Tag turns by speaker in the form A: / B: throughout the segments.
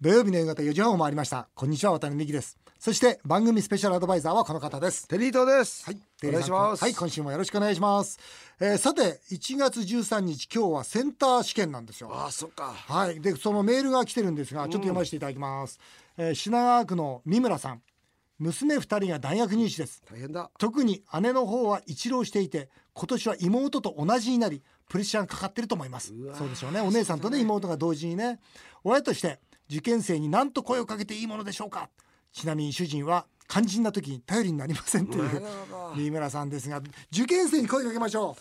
A: 土曜日の夕方4時半を回りましたこんにちは渡辺美希ですそして番組スペシャルアドバイザーはこの方です
B: テリートです。
A: はい、
B: お願いします。
A: はい、今週もよろしくお願いします。えーさて、1月13日、今日はセンター試験なんですよ。
B: ああ、そっか。
A: はい、で、そのメールが来てるんですが、ちょっと読ませていただきます。えー品川区の三村さん、娘2人が大学入試です。
B: 大変だ。
A: 特に姉の方は一浪していて、今年は妹と同じになり、プレッシャーがかかってると思います
B: うわ。ー
A: そうでしょうね。お姉さんとね、妹が同時にね、親として受験生に何と声をかけていいものでしょうか。ちなみに主人は肝心な時に頼りになりませんっていう。
B: ほど。
A: 三村さんですが受験生に声かけましょ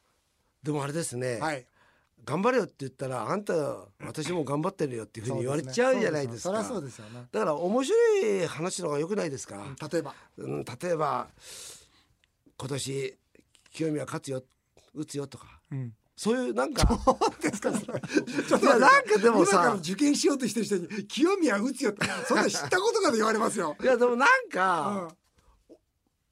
B: でもあれですね、
A: うはい
B: 頑張れよって言ったら、あんた、私も頑張ってるよっていうふうに言われちゃうじゃないですか。
A: そりゃそうですよね
B: だから面白い話の方が良くないですか、
A: 例えば
B: うん例えば今年清宮勝つよ打つよとか
A: うん
B: そういうなんか
A: ですか それ
B: いやなんかでも
A: 今から
B: さ
A: 受験しようとしてる人に清宮打つよってそんな知ったことかで言われますよ
B: いやでもなん
A: う
B: か、
A: ん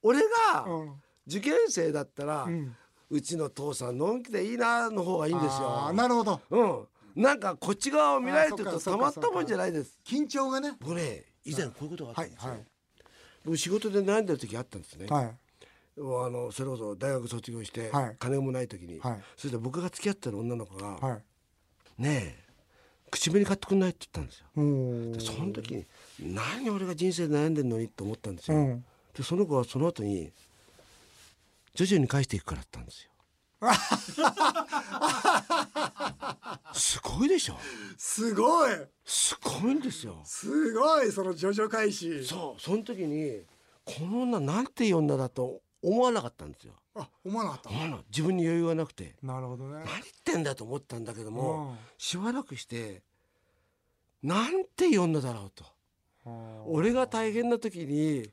B: 俺が
A: うん
B: 受験生だったら、
A: う
B: うんちの父さんのんきでいいなの方がいいんです
A: あ
B: よ
A: ーなるほど
B: うん、なんかこっち側を見られてる
A: あー
B: と
A: そったか
B: ま
A: そ
B: っ
A: っか
B: たもんじゃないです。
A: 緊張がね
B: 僕ね以前こういうことがあった
A: は
B: ん
A: い
B: ですよ、
A: はい
B: 僕仕事で悩んでる時あったんですね、
A: はい
B: もうあのそれこそ大学卒業して、
A: はい
B: 金もない時に、
A: はい
B: それで僕が付き合ってる女の子が「
A: はい
B: ねえ口紅買ってくんない?」って言ったんですよ。
A: うん
B: でその時に何俺が人生で悩んでるのにと思ったんです
A: う
B: よ。
A: ん
B: でその子はその後に徐々に返していくからだった んですよ。すごいでしょ
A: すごい
B: すごいんですよ。
A: すごいその上場開始
B: そうその時にこの女なんていい女だと思わなかったんですよ。
A: あ思わなかった
B: 思わな自分に余裕がなくて
A: なるほどね
B: 何言ってんだと思ったんだけども、
A: も
B: しばらくしてなんていい女だろうと俺が大変な時に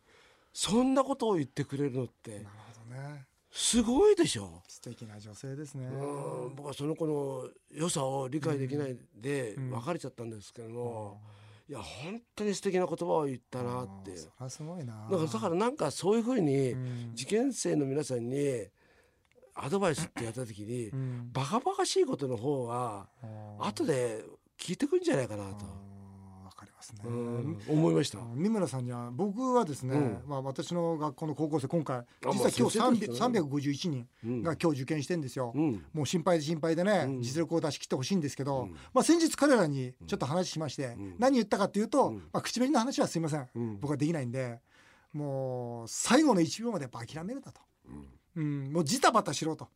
B: そんなことを言ってくれるのって
A: なるほどね
B: すごいでしょ。
A: 素敵な女性ですね
B: うん僕はその子の良さを理解できないで
A: うん
B: 別れちゃったんですけども、いや本当に素敵な言葉を言ったなって
A: あーそりゃすごいな
B: だからだからなんかそういうふうに、
A: うん
B: 受験生の皆さんにアドバイスってやった時に
A: うん
B: バカバカしいことの方が
A: あー
B: 後で聞いてくんじゃないかな
A: あ
B: と、
A: ーわかりますね
B: うん、思いました。
A: 三村さんには僕はですね、
B: うん
A: まあ、私の学校の高校生今回
B: もう
A: 実は今日
B: 先生ですよね
A: 351人
B: うん
A: が今日受験してんですよ、
B: うん
A: もう心配で心配でね、
B: うん
A: 実力を出し切ってほしいんですけど、
B: うん
A: まあ、先日彼らにちょっと話しまして、
B: ん
A: 何言ったかっていうと、
B: うん
A: まあ、口紅の話はすいません、
B: うん
A: 僕はできないんでもう最後の1秒までやっぱ諦めるだと、うん、もうジタバタしろと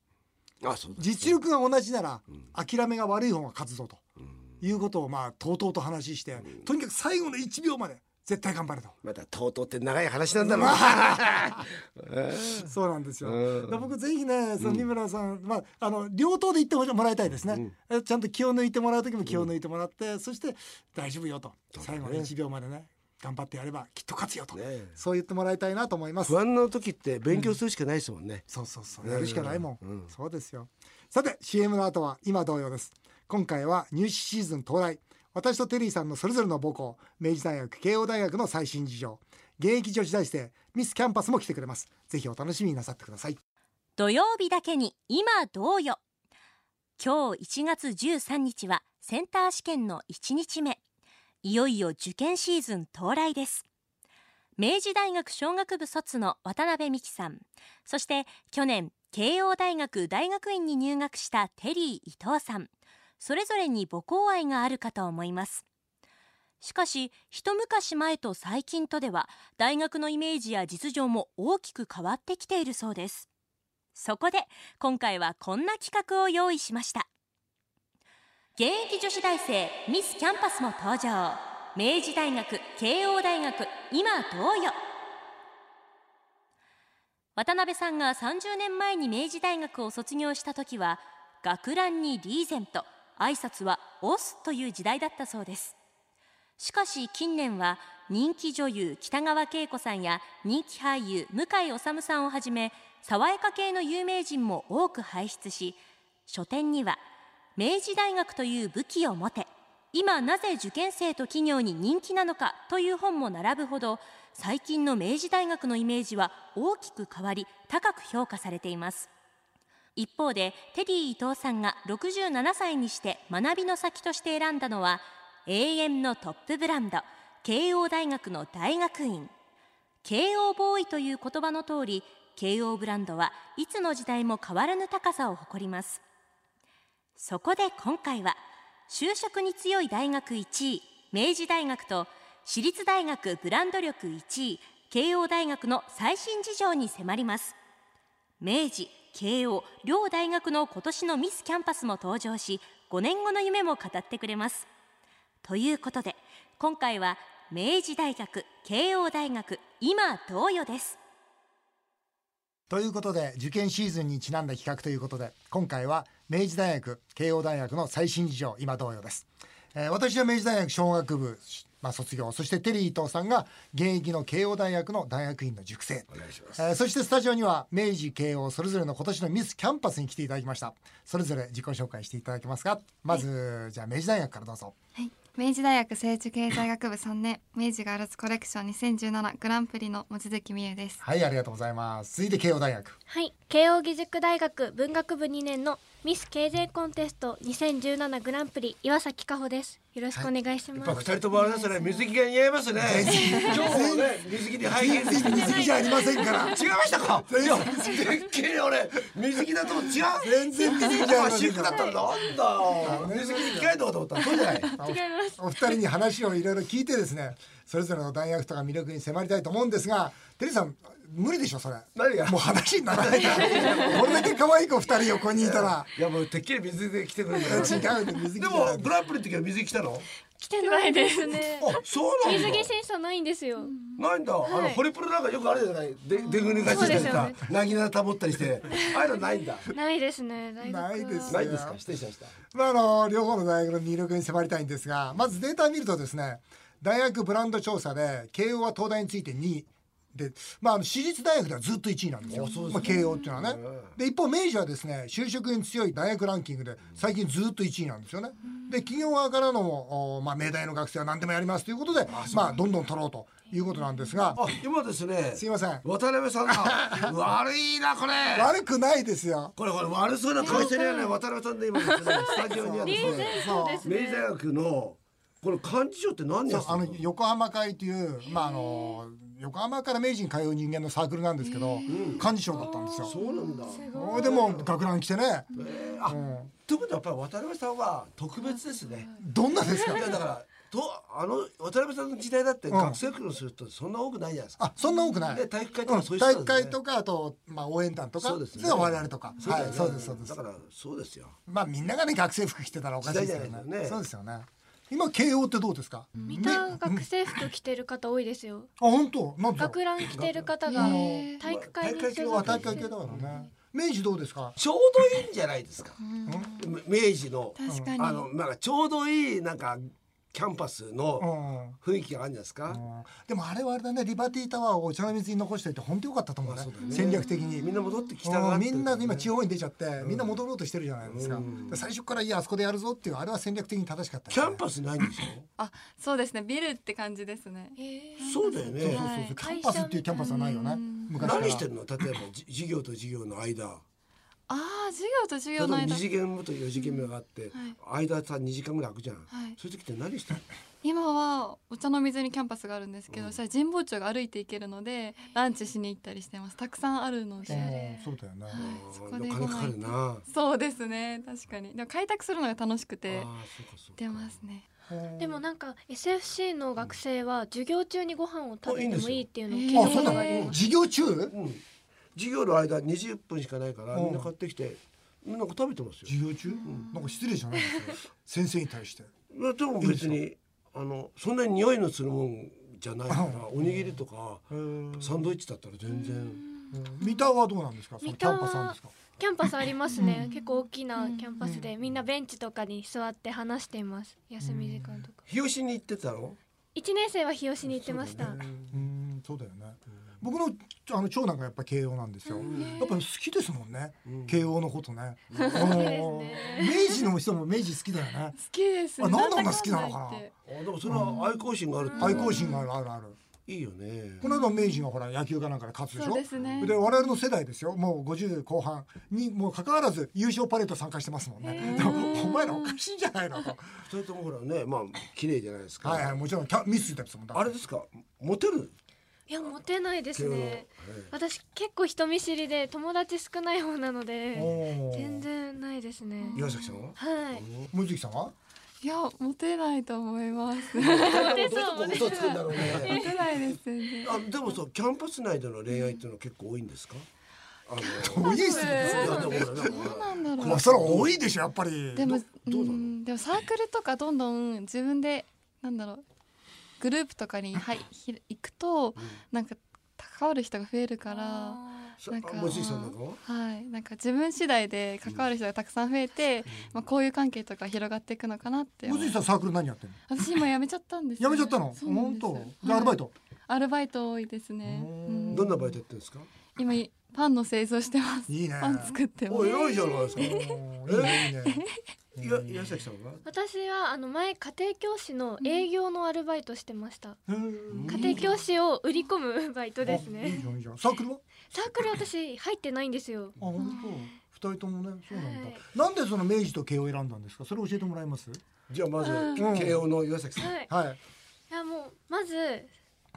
B: あそうだ
A: 実力が同じなら
B: ん
A: 諦めが悪い方が勝つぞと
B: うん
A: いうことをまあとうとうと話してとにかく最後の1秒まで絶対頑張れと
B: またとうとうって長い話なんだろうな え
A: そうなんですよ
B: うん
A: で僕ぜひねその三村さん、まあ、あの両党で言ってもらいたいですね、えちゃんと気を抜いてもらう時も気を抜いてもらって、そして大丈夫よと
B: そうだ
A: 最
B: ね
A: 後の1秒までね頑張ってやればきっと勝つよと、
B: ねえ
A: そう言ってもらいたいなと思います
B: 不安の時って勉強するしかないですもんね。
A: そうそうそうやるしかないもん、
B: うんうん
A: そうですよさて CM の後は今同様です今回は入試シーズン到来私とテリーさんのそれぞれの母校明治大学慶応大学の最新事情現役女子大生ミスキャンパスも来てくれますぜひお楽しみになさってください
C: 土曜日だけに今どうよ今日1月13日はセンター試験の1日目いよいよ受験シーズン到来です明治大学商学部卒の渡辺美希さんそして去年慶応大学大学院に入学したテリー伊藤さんそれぞれに母校愛があるかと思いますしかし一昔前と最近とでは大学のイメージや実情も大きく変わってきているそうですそこで今回はこんな企画を用意しました現役女子大生ミスキャンパスも登場明治大学慶応大学今どうよ渡辺さんが30年前に明治大学を卒業した時は学ランにリーゼント挨拶はオスという時代だったそうですしかし近年は人気女優北川景子さんや人気俳優向井理さんをはじめ爽やか系の有名人も多く輩出し書店には明治大学という武器を持て今なぜ受験生と企業に人気なのかという本も並ぶほど最近の明治大学のイメージは大きく変わり高く評価されています一方でテリー伊藤さんが67歳にして学びの先として選んだのは永遠のトップブランド慶応大学の大学院慶応ボーイという言葉の通り慶応ブランドはいつの時代も変わらぬ高さを誇りますそこで今回は就職に強い大学1位明治大学と私立大学ブランド力1位慶応大学の最新事情に迫ります明治慶応両大学の今年のミスキャンパスも登場し5年後の夢も語ってくれますということで今回は明治大学慶応大学今どうよです
A: ということで受験シーズンにちなんだ企画ということで今回は明治大学慶応大学の最新事情今同様です、えー私は明治大学商学部、まあ、卒業そしてテリー伊藤さんが現役の慶応大学の大学院の塾生
B: お願いします
A: えーそしてスタジオには明治慶応それぞれの今年のミスキャンパスに来ていただきましたそれぞれ自己紹介していただきますがまず、じゃあ明治大学からどうぞ
D: はい、明治大学政治経済学部3年明治ガールズコレクション2017グランプリの望月美優です
A: はいありがとうございます続いて慶応大学
E: はい、慶応義塾大学文学部2年のミス経済コンテスト2017グランプリ岩崎加穂です。よろしくお願いし
B: やっ
E: ます。
B: ぱ二人ともあれですね水着が似合いますね今日もね水着で拝見して
A: 水着じゃありませんから
B: 違いましたかいやてっきり俺水着だと思う違う
A: 全然水着じゃありませ
B: 私
A: ん
B: 服
A: か
B: だ
A: ら
B: ったらなんだ水着に着替えたかと思ったそうじゃない
A: 違いますお二人に話をいろいろ聞いてですねそれぞれの大学とか魅力に迫りたいと思うんですがテリーさん無理でしょそれ
B: 何が
A: もう話にな らないからこれだけ可愛い子二人横にいたら
B: いやもうてっきり水着で着てくるんだ
A: 違
B: よ
A: う水着じゃ
B: で
A: ない
B: もグランプリの時は水着着たの
E: 来てないですね。
B: あそうなんだ
E: 水着審査ないんですよ。
B: ないんだ、あの
E: はい
B: ホリプロなんかよくあるじゃないで出ぐに返し
E: そ
B: た
E: うで
B: り
E: す
B: と
E: よ
B: か
E: ね
B: なぎなた保ったりしてああいうのないんだ
E: ないですね。大学は
A: ないです
B: ないんですか失礼しました
A: まあ、あの両方の大学の魅力に迫りたいんですがまずデータを見るとですね大学ブランド調査で慶応は東大について2位で、まあ、あの私立大学ではずっと1位なんですよまあ、慶応っていうのはね。で一方明治はですね就職に強い大学ランキングで最近ずっと1位なんですよね。で企業側からのも、おまあ、明大の学生は何でもやりますということでまあ、どんどん取ろうということなんですが
B: あ今ですね
A: すいません
B: 渡辺さ んが悪いなこれ
A: 悪くないですよ。
B: これこれ悪そうな顔してるよね渡辺さんで今ですねスタジオにあるですね
A: そう
B: 明治大学のこの幹事長って何
A: そ
B: や
A: う
B: って
A: あ
B: ん
A: の
B: の
A: 横浜会という、まあ、あの横浜から明治に通う人間のサークルなんですけど幹事長だったんですよ。
B: そうなんだ
A: それでもう学ラン来てね、
B: えーあ
A: うん
B: ということはやっぱり渡辺さんは特別ですね
A: どんなですか
B: いやだからとあの渡辺さんの時代だって
A: うん
B: 学生服のする人そんな多くないじゃないですか
A: あそんな多くない、
B: で体育会とかそういう人
A: う
B: なんん
A: 体
B: です
A: 育会
B: ね
A: とかあと、まあ、応援団とか
B: そうですね
A: それは我々とか
B: そうだよ
A: はい、
B: ね
A: そうですそうです
B: だからそうですよ
A: まあみんながね学生服着てたらおかしいですよね
B: 時代じゃないですよね
A: そうですよね今慶応ってどうですか
E: 見た
A: ね
E: 学生服着てる方多いですよ。
A: あ本当なんだろう
E: 学ラン着てる方が
A: へ
E: 体育会に所属して
A: あ体育会系だからね明治どうですか
B: ちょうどいいんじゃないですか明治の
D: 確かに
B: あのなんかちょうどいいなんかキャンパス
A: う
B: の
A: ん
B: 雰囲気があるんじゃないですか、
A: でもあれはあれだねリバティタワーをお茶の水に残しておいて本当良かったと思うね
B: あそうだよね
A: 戦略的に
B: みんな戻ってきたが
A: う
B: っ
A: ん
B: て
A: み
B: る
A: んな今地
B: ね
A: 方に出ちゃって、みんな戻ろうとしてるじゃないですか,、
B: うん
A: 最初からいやあそこでやるぞっていうあれは戦略的に正しかった
B: キ
A: よ
B: ャ
A: ね、
B: ンパスないんでし
D: あそうですねビルって感じですね
E: え
B: ょそうだよね、
A: そうそうそうキャンパスっていうキャンパスはないよね昔から
B: 何してんの例えばじ授業と授業の間
D: ああ授業と授
B: 例え
D: 業の
B: ば
D: 間
B: 2次元目と4次元目があって、間さ2時間ぐらい空くじゃん、
D: はい
B: そういう時って何してんの
D: 今はお茶の水にキャンパスがあるんですけど、それ神保町が歩いて行けるのでランチしに行ったりしてますたくさんあるので、
A: うんそうだよね、
D: そこ
B: あ
D: で
B: ーお金
D: ご飯
B: かかるな
D: そうですね確かにでも開拓するのが楽しく
B: あ
D: て
B: ーそうかそうか
D: 出ますね
E: でもなんか SFC の学生は授業中にご飯を食べてもいいっていうのを聞い
D: へー
A: あそうなの、
D: へー
A: 授業中
B: うん、授業の間20分しかないから
A: うん
B: みんな買ってきてなんか食べてますよ
A: 授業中、なんか失礼じゃないですか先生に対して
B: いやでも別にあのそんなに匂いのするもんじゃないからおにぎりとかサンドイッチだったら全然
A: 三田はどうなんですかその
E: 三
A: キ
E: 田
A: ャンパスなん
E: は
A: ですか
E: キャンパスありますね。結構大きなキャンパスで、みんなベンチとかに座って話しています。休み時間とか。
B: 日吉に行ってたの
E: 一年生は日吉に行ってました。
A: うんそうだよね僕のあの長男がやっぱ慶応なんですよ、やっぱり好きですもんね、慶応のことね、あの明治の人も明治好きだよね
D: 好きです
A: あ
D: ね
A: なんで
D: だ
A: こんな
D: だ
A: 好きなのかな
D: 言って
B: あでもそれは愛好心があるっていうのは
A: 愛好心があるあるある
B: いいよね
A: この間明治のほら野球かなんかで勝つでし
D: そう
A: ょ
D: ですね
A: で我々の世代ですよもう50後半にもかかわらず優勝パレード参加してますもんね
D: へー
A: でもお前らおかしいんじゃないのと
B: 二人ともほらねまあ綺麗じゃないですか、
A: はいはいもちろんキャミスですもんだって
B: あれですかモテる
E: いやモテないです
B: 系の、
E: ね
B: ええ
E: 私結構人見知りで友達少ない方なので
A: おー
E: 全然ないですね
B: 岩崎さんは
E: はい
A: 望月さんはい
D: やモテないと思いま すモ
B: モテ
E: テそう
B: とこ嘘つくんだろうね
D: テないです全然
B: あでもそうキャンパス内での恋愛っていうのは結構多いんですかあの
A: 多いですね
B: いや
D: そ
B: でもほらなんか
D: うなんだろう
A: まあそれは多いでしょやっぱり
D: でも
B: どどうなの
D: んでもサークルとかどんどん自分でなんだろうグループとかに、はい、ひ行くと、なんか関わる人が増えるから
B: さ
D: なんか
B: 望月さんなんかは
D: はいなんか自分次第で関わる人がたくさん増えて、まあ、こういう関係とか広がっていくのかなって思
A: 望
D: う
A: 月さんサークル何やってんの
D: 私今辞めちゃったんです
A: や
D: よ
A: めちゃったの
D: そうなん
A: 本
D: ですよ
A: 当じゃあアルバイト
D: アルバイト多いですね
A: うーん
D: うん
B: どんなバイトやってるんですか
D: 今パンの製造してます
A: いいね
D: パン作ってます
B: お偉いじゃないですか
A: おーいいねいい ね
B: いや岩崎さんは
E: 私はあの前家庭教師の営業のアルバイトしてました
A: へー
E: 家庭教師を売り込むバイトです
A: あいい
E: ね
A: じゃんいいじゃんサークルは
E: サークル私入ってないんですよ
A: あ本当二人ともねそうなんだ、
E: はい
A: なんでその明治と慶応を選んだんですかそれ教えてもらえます
B: じゃあまず
A: ん
B: 慶応の岩崎さん
E: はい
A: はい
E: いやもうまず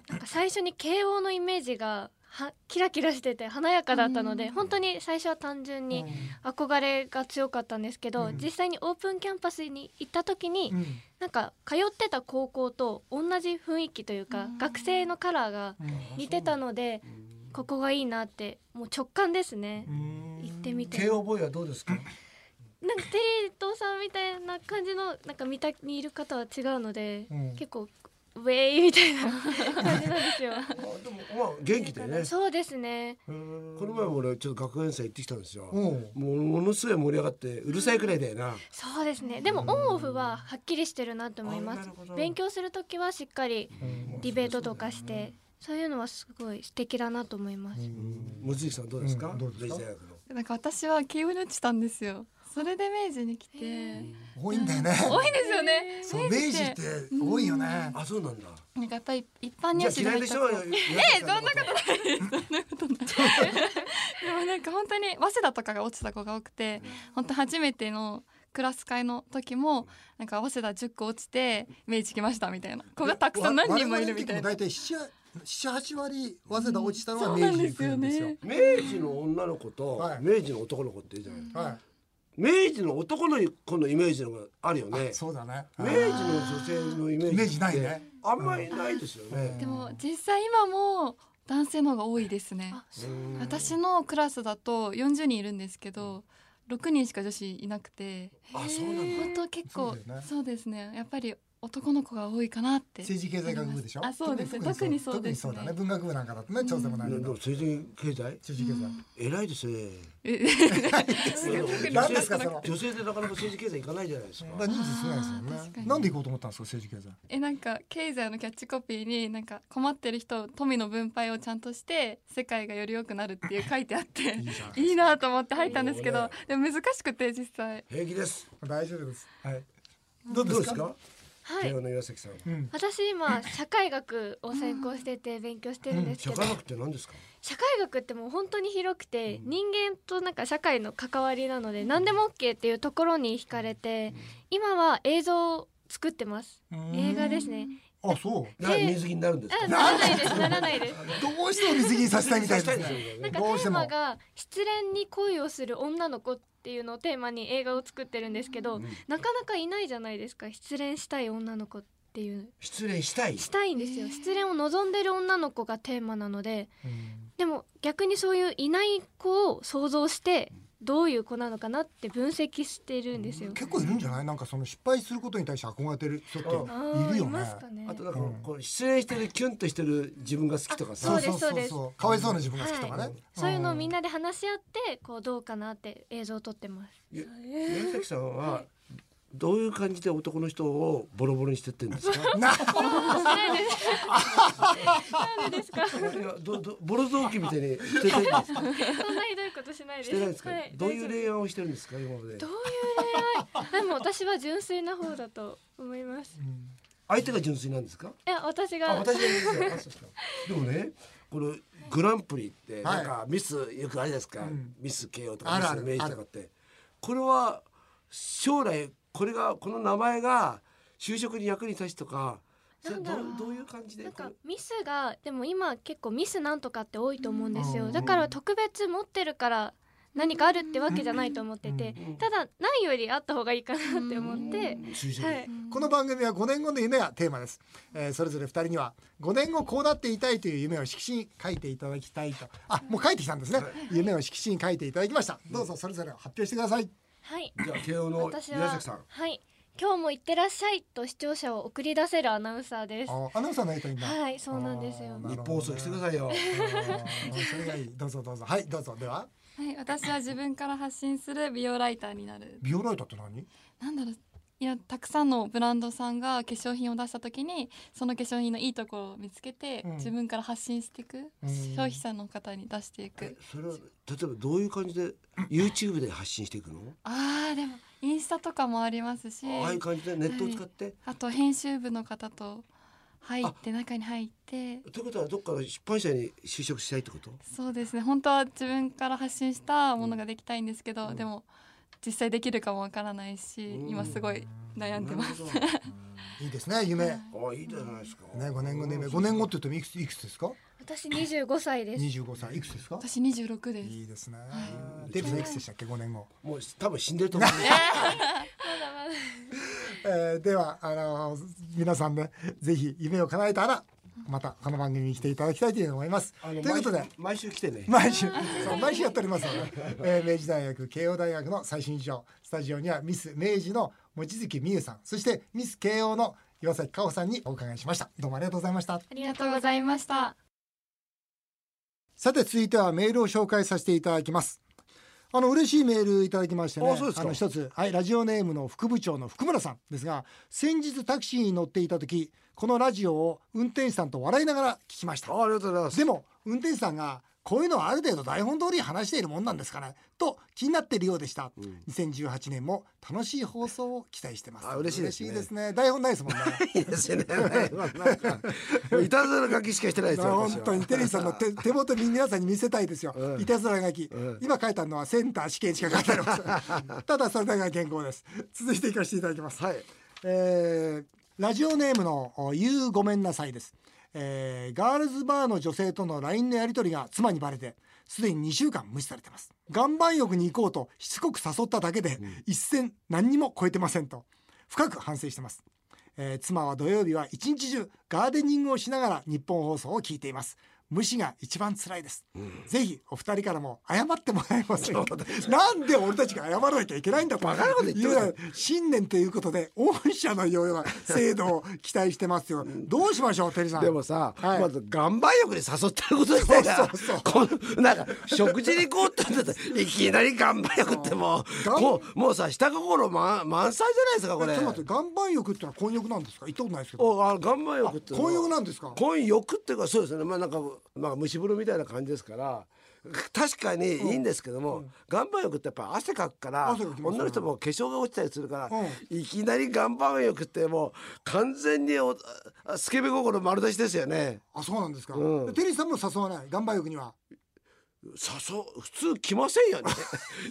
E: なんか最初に慶応のイメージがはキラキラしてて華やかだったので
D: うん
E: 本当に最初は単純に憧れが強かったんですけど、
A: うん
E: 実際にオープンキャンパスに行った時に、
A: うん
E: なんか通ってた高校と同じ雰囲気というか、
D: うん
E: 学生のカラーが似てたので
B: うん
E: ここがいいなってもう直感ですね
A: う、ん
E: 行ってみて
B: 慶応ボーイはどうです か
E: なんかテリー東さんみたいな感じのなんか見たにいる方は違うので、
A: うん
E: 結構ウェイみたいな感じなんですよ。
B: あでもまあ元気でね
E: そうですね
B: この前も俺ちょっと学園祭行ってきたんですよ
A: おう
B: もうものすごい盛り上がってうるさいくらいだよな
E: そうですね。でもオンオフははっきりしてるなと思いま
B: あ
E: す
B: なるほど。
E: 勉強するときはしっかり
A: うん
E: ディベートとかして、そういうのはすごい素敵だなと思います。
A: うん
B: 望月さんどうですか
A: うんどうですか
B: 明治大学の
D: なんか私は慶応に落ちたんですよそれで明治に来て
A: 多いんだよね
D: 多いですよね
A: そう明治って多いよね
B: あそうなんだ
D: なんかやっぱり一般
B: じ
D: 入
B: ゃあ
D: 試
B: 嫌い
D: 入
B: で
D: っ
B: したょ
D: 子
B: え
D: えそんなこと でもなんか本当に早稲田とかが落ちた子が多くて本当初めてのクラス会の時もなんか早稲田10個落ちて明治来ましたみたいな子がたくさん何人もいるみたいな
A: 大体七七八割早稲田落ちたのは明治に行くんですよ。
B: 明治の女の子と
A: はい
B: 明治の男の子っているじゃない
A: は
B: 明治の男の子のイメージの方があるよね
A: い。そうだね。
B: 明治の女性のイメージって
A: イメージないね。
B: あんまりないですよね
D: でも実際今も男性の方が多いですね
E: あ
B: うん
D: 私のクラスだと40人いるんですけど6人しか女子いなくて
B: あそうなんだ
D: 本当結
A: そ
D: 構
A: うだよね
D: そうですねやっぱり男の子が多いかなって
A: 政治経済学部でしょ。
D: あそうです特にそうです
A: 特にそうだね。文学部なんかだとね、調整もない
B: で
A: け
B: も
A: ど。
B: 政治経済
A: 政治経
B: 偉いですね
D: え
A: 済。何ですかその。
B: 女性でなかなか政治経済いかないじゃないですか
A: まあ人数少ないです
D: あー
A: よ
D: 確か
A: ね。
D: に
A: なんで行こうと思ったんですか政治経済。
D: えなんか経済のキャッチコピーになんか困ってる人富の分配をちゃんとして世界がより良くなるっていう書いてあって
A: いいじゃん
D: いいなと思って入ったんですけ
B: いいよ
D: ど
B: ね
D: でも難しくて実際
B: 平気です
A: 大丈夫です。はい。
B: どうですか
E: はい
B: 慶応。の岩崎さんは
A: うん。
E: 私今社会学を専攻してて勉強してるんですけ
B: 社
E: ど、
B: 会学って何ですか
E: 社会学ってもう本当に広くて人間となんか社会の関わりなので何でも OK っていうところに惹かれて今は映像を作ってます映画ですね
A: あ、そう。
B: な水着になるんです
E: あ
B: か
E: ならないですならないです
A: どうしても水着にさせたいみたいです
B: そう
A: ね。
B: ですよ
E: な
B: ね
E: んかテ
A: どうして
E: ー
A: も
E: マが失恋に恋をする女の子っていうのをテーマに映画を作ってるんですけど、
B: うん
E: なかなかいないじゃないですか失恋したい女の子っていう
B: 失恋したい
E: したいんですよ失恋を望んでる女の子がテーマなので
A: うん
E: でも逆にそういういない子を想像してどういう子なのかなって分析してるんですよ。
A: 結構いるんじゃない？なんかその失敗することに対して憧れてる人っているよ
E: あーいま
A: ね
E: す。かね
B: あとなんかこう失恋してるキュンとしてる自分が好きとか
E: あ
B: さ
E: そうです
A: う。かわいそうな自分が好きとか
E: は
A: ね。
E: そういうのをみん
A: な。
E: なで話し合ってこうどうかなって映像を撮ってます。
B: いや宮崎さんはどういう感じで男の人をボロボロにしてってんですか。
A: な
B: それはどどボロ雑巾みたいにしてないんですか。
E: そんなひどいことしないです。
B: してないですか
E: はい。
B: どういう
E: 大丈夫
B: 恋愛をしてるんですか今まで
E: ど。ういう恋愛でも私は純粋な方だと思います
B: 相手が純粋なんですか
E: え私
B: あ
E: が
B: 私なんですよあそうですかでもねこのグランプリっ
A: は
B: て
A: い
B: なんかミスよくあれですか、
A: うん
B: ミス慶応と
A: ある
B: か
A: あ
B: ミ
A: る
B: ス明治とかってこれは将来これがこの名前が就職に役に立つとかそれはど
E: なん
B: う
E: だ
B: どういう感じで
E: なん
B: こ
E: か
B: れ
E: ミスがでも今結構ミスなんとかって多いと思うんです
A: う
E: よ
A: ん
E: だから特別持ってるから何かあるってわけじゃないと思ってて
B: うん
E: ただないよりあった方がいいかなって思って
B: 就職、
E: はい
A: この番組は5年後の夢がテーマです、えーそれぞれ2人には5年後こうなっていたいという夢を色紙に書いていただきたいとあもう書いてきたんですね夢を色紙に書いていただきましたどうぞそれぞれ発表してください
E: はい
B: じゃあ慶応の
E: 私
B: 宮
E: は
B: 崎さん
E: はい今日も行ってらっしゃいと視聴者を送り出せるアナウンサーです
A: あアナウンサーになりたいんだ
E: はいそうなんですよ
A: あーな
B: 日
A: るほどね
B: 本放送してくださいよ
A: あーそれがいいどうぞどうぞはいどうぞでは
D: はい、私は自分から発信する美容ライターになる。
A: ビオライターって何
D: なんだろう。いやたくさんのブランドさんが化粧品を出した時にその化粧品のいいところを見つけて、
A: うん
D: 自分から発信していく、消費者の方に出してい
B: え
D: く
B: それは例えばどういう感じで YouTube で発信していくの
D: あーでもインスタとかもありますし
B: ああいう感じでネットを使って、
D: あと編集部の方と入って中に入って
B: ということはどっかの出版社に就職したいってこと
D: そうですね本当は自分から発信したものができたいんですけど、でも実際できるかもわからないし、
B: うん
D: 今すごい悩んでます。
B: なる
A: いいですね夢ね
B: ほどあいいじゃないですか、
A: 5年後の夢5年後って言ってもいくついくつですか
E: 私25歳です
A: 25歳いくつですか
D: 私26です。
A: いいですねデビさんいくつでしたっけ5年後
B: もう多分死んでる と思う
A: えーではあの皆さんねぜひ夢を叶えたらまたこの番組に来ていただきたいというふうに思います。と
B: あの
A: いうことで
B: 毎週毎週来てね、
A: 毎週 そう毎週やっておりますので、えー明治大学慶応大学の最新事情スタジオにはミス明治の望月美優さんそしてミス慶応の岩崎香穂さんにお伺いしましたどうもありがとうございました
E: あ
D: あ
E: り
D: り
E: が
D: が
E: と
D: と
E: う
D: う
E: ご
D: ご
E: ざ
D: ざ
E: い
D: い
E: ま
D: ま
E: し
D: したた。
A: さて続いてはメールを紹介させていただきますあの嬉しいメールいただきましてね
B: あそうですか
A: の一つ、はい、ラジオネームの副部長の福村さんですが先日タクシーに乗っていた時このラジオを運転手さんと笑いながら聞きました
B: あありがとうございます
A: でも運転手さんがこういうのはある程度台本通り話しているもんなんですかねと気になっているようでした、
B: ん
A: 2018年も楽しい放送を期待してます
B: あ嬉しいですね
A: 嬉しいですね台本ないですもんね
B: いいですねなんかもう いたずら書きしかしてないですよ
A: 本当にテリーさんの
B: の
A: 手手元に皆さんに見せたいですよ、
B: うん
A: いたずら書き、
B: うん
A: 今書いたのはセンター試験しか書いてあり ませんただそれだけが健康です続いていかせていただきます、
B: はい
A: えーラジオネームのお「ゆうごめんなさい」です、えーガールズバーの女性との LINE のやり取りが妻にバレてすでに2週間無視されてます岩盤浴に行こうとしつこく誘っただけで、一線何にも超えてませんと深く反省してます、えー妻は土曜日は一日中ガーデニングをしながら日本放送を聞いています無視が一番辛いです、ぜひお二人からも謝ってもらえませんかなんで俺たちが謝らなきゃいけないんだバカなこと言って新年ということで御社のような制度を期待してますよどうしましょうテリーさん
B: でもさ、
A: はい
B: まず岩盤浴で誘ってること自体が
A: そうそう
B: このなんか食事に行こうって言 ってたらいきなり岩盤浴ってもう
A: そう
B: こうもうさ下心満満載じゃないですか
A: え
B: こ
A: ちょっと待
B: れ
A: って岩盤浴ってのは混浴なんですか行ったことないですけど
B: おあ岩盤浴って
A: 混浴なんんですか
B: 混浴っていうかそうですねまあなんか、まあ、蒸し風呂みたいな感じですから確かにいいんですけども、岩盤浴ってやっぱ汗かくから、
A: 汗かきますね
B: 女の人も化粧が落ちたりするから、
A: う
B: いきなり岩盤浴ってもう完全におあスケベ心丸出しですよね。
A: あそうなんですか、
B: うん
A: テリーさんも誘わない岩盤浴には
B: 誘う普通来ません よね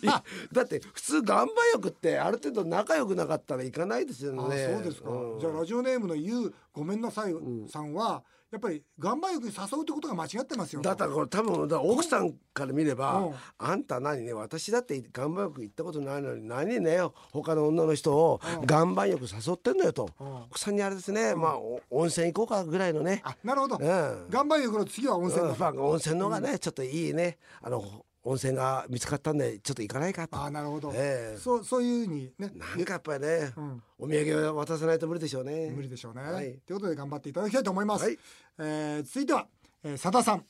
B: いだって普通岩盤浴ってある程度仲良くなかったら行かないですよね
A: あそうですか、
B: うん
A: じゃあラジオネームの「ゆうごめんなさい」さんは、やっぱり岩盤浴に誘うってことが間違ってますよ
B: だったらこれ多分だから奥さんから見れば、
A: うん
B: あんた何ね私だって岩盤浴行ったことないのに何ね他の女の人を岩盤浴誘ってんのよと、
A: うん
B: 奥さんにあれですね、まあお温泉行こうかぐらいのね、
A: あなるほど、
B: うん、
A: 岩盤浴の次は温泉だ、
B: うんまあ温泉の方がね、ちょっといいねあの温泉が見つかったんでちょっと行かないかと
A: あなるほど、
B: ええ
A: そうそういうふうにね
B: なんかやっぱりね、
A: うん
B: お土産を渡さないと無理でしょうね。
A: 無理でしょうね、
B: はい
A: ということで頑張っていただきたいと思います、
B: はい
A: えー続いては、えー、佐田さん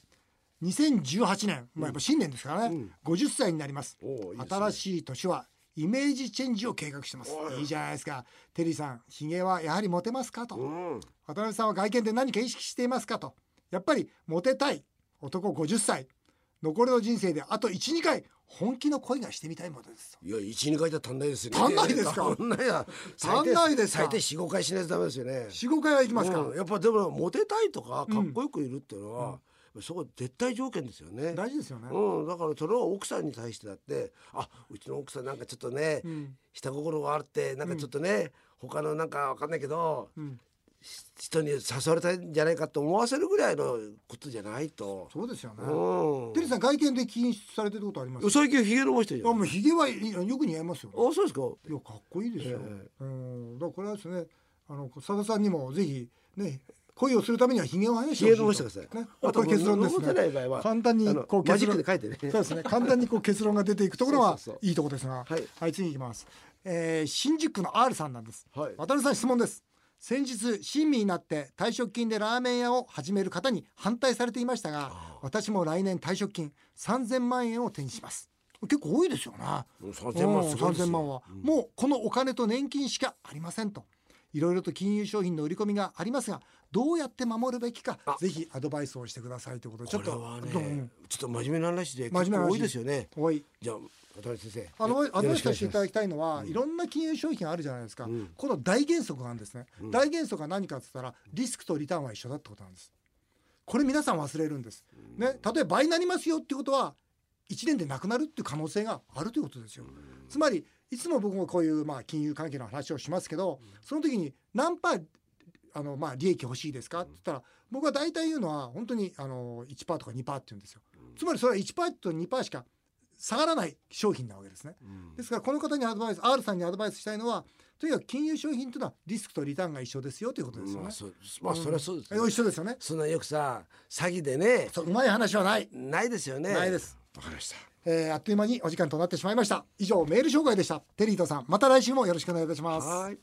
A: 2018年、まあ、やっぱ新年ですからね、50歳になります
B: おーいいですね
A: 新しい年はイメージチェンジを計画してますいいじゃないですかテリーさんひげはやはりモテますかと、
B: うん。
A: 渡辺さんは外見で何か意識していますかとやっぱりモテたい男50歳残りの人生であと12回本気の恋がしてみたいものです
B: いや一二回じゃ足んないですよね。
A: 足んないですか
B: 足んないや。
A: 足んないですか
B: 最低四五回しないとダメですよね。
A: と45回は行きますか、
B: うんやっぱでもモテたいとか
A: うん
B: かっこよくいるっていうのは、そこ絶対条件ですよね。
A: 大事ですよね、
B: うん、だからそれは奥さんに対してだってあうちの奥さんなんかちょっとね、
A: うん
B: 下心があってなんかちょっとね、他のなんかわかんないけど
A: うん、
B: 人に誘われたんじゃないかと思わせるぐらいのことじゃないと。
A: そうですよね、
B: うん
A: テリーさん外見で禁止されてることあります
B: 最近ひげ伸ばしてるじ
A: あ
B: ゃ
A: も
B: ん。
A: うひげはいいよく似合いますよ
B: あそうですか。
A: いやかっこいいですよ、
B: え
A: うんだからこれはですねあの佐田さんにもぜひね恋をするためにはひげを生やし
B: ひ
A: て
B: げ
A: ほし
B: 伸ばして
A: い
B: ください。
A: とねあこれ結論です
B: 残せな
A: ね
B: い場合は
A: 簡単に
B: あの
A: こう
B: マジ
A: 結
B: ッ
A: 論
B: クで書いてね。
A: そうです ね簡単にこう結論が出ていくところは
B: そうそう
A: いいところですが
B: はい
A: はい次いきます、えー新宿区の R さんなんです
B: はい。
A: 渡辺さん質問です先日親身になって退職金でラーメン屋を始める方に反対されていましたが私も来年退職金3000万円を手にします結構多いですよね
B: 三千万すごいです
A: 3000
B: よ
A: 万は、
B: うん
A: もうこのお金と年金しかありませんといろいろと金融商品の売り込みがありますがどうやって守るべきかぜひアドバイスをしてくださいということでちょ
B: こ
A: っ
B: れ
A: と
B: は
A: どう
B: ね
A: も、
B: ちょっと真面目な話で
A: 真面
B: 結
A: 目な話
B: 構多いですよね。
A: おい
B: じゃあ渡辺先生。
A: あの
B: よ
A: アドバイス
B: よろ
A: を
B: く
A: していた
B: お願
A: だきたいのは、
B: うん
A: いろんな金融商品あるじゃないですか、
B: うん
A: この大原則があるんですね、
B: うん
A: 大原則は何かって言ったらリスクとリターンは一緒だってことなんですこれ皆さん忘れるんです、ね、例えば倍になりますよっていうことは1年でなくなるっていう可能性があるということですよ、つまりいつも僕もこういうまあ金融関係の話をしますけど、その時に何パーあのまあ利益欲しいですかって言ったら僕は大体言うのは本当にあの1パーとか2パーって言うんですよつまりそれは1パーと2パーしか下がらない商品なわけですね
B: うん
A: ですからこの方にアドバイス R さんにアドバイスしたいのはとにかく金融商品というのはリスクとリターンが一緒ですよということですよ
B: ま
A: ね
B: あ、そうまあそれはそうです
A: え
B: ね。
A: 一緒ですよね
B: そんなよくさ詐欺でね
A: そううまい話はない、
B: ないですよね。
A: ないです、
B: わかりました。
A: えーあっという間にお時間となってしまいました以上メール紹介でしたテリーとさんまた来週もよろしくお願いいたします
B: はい。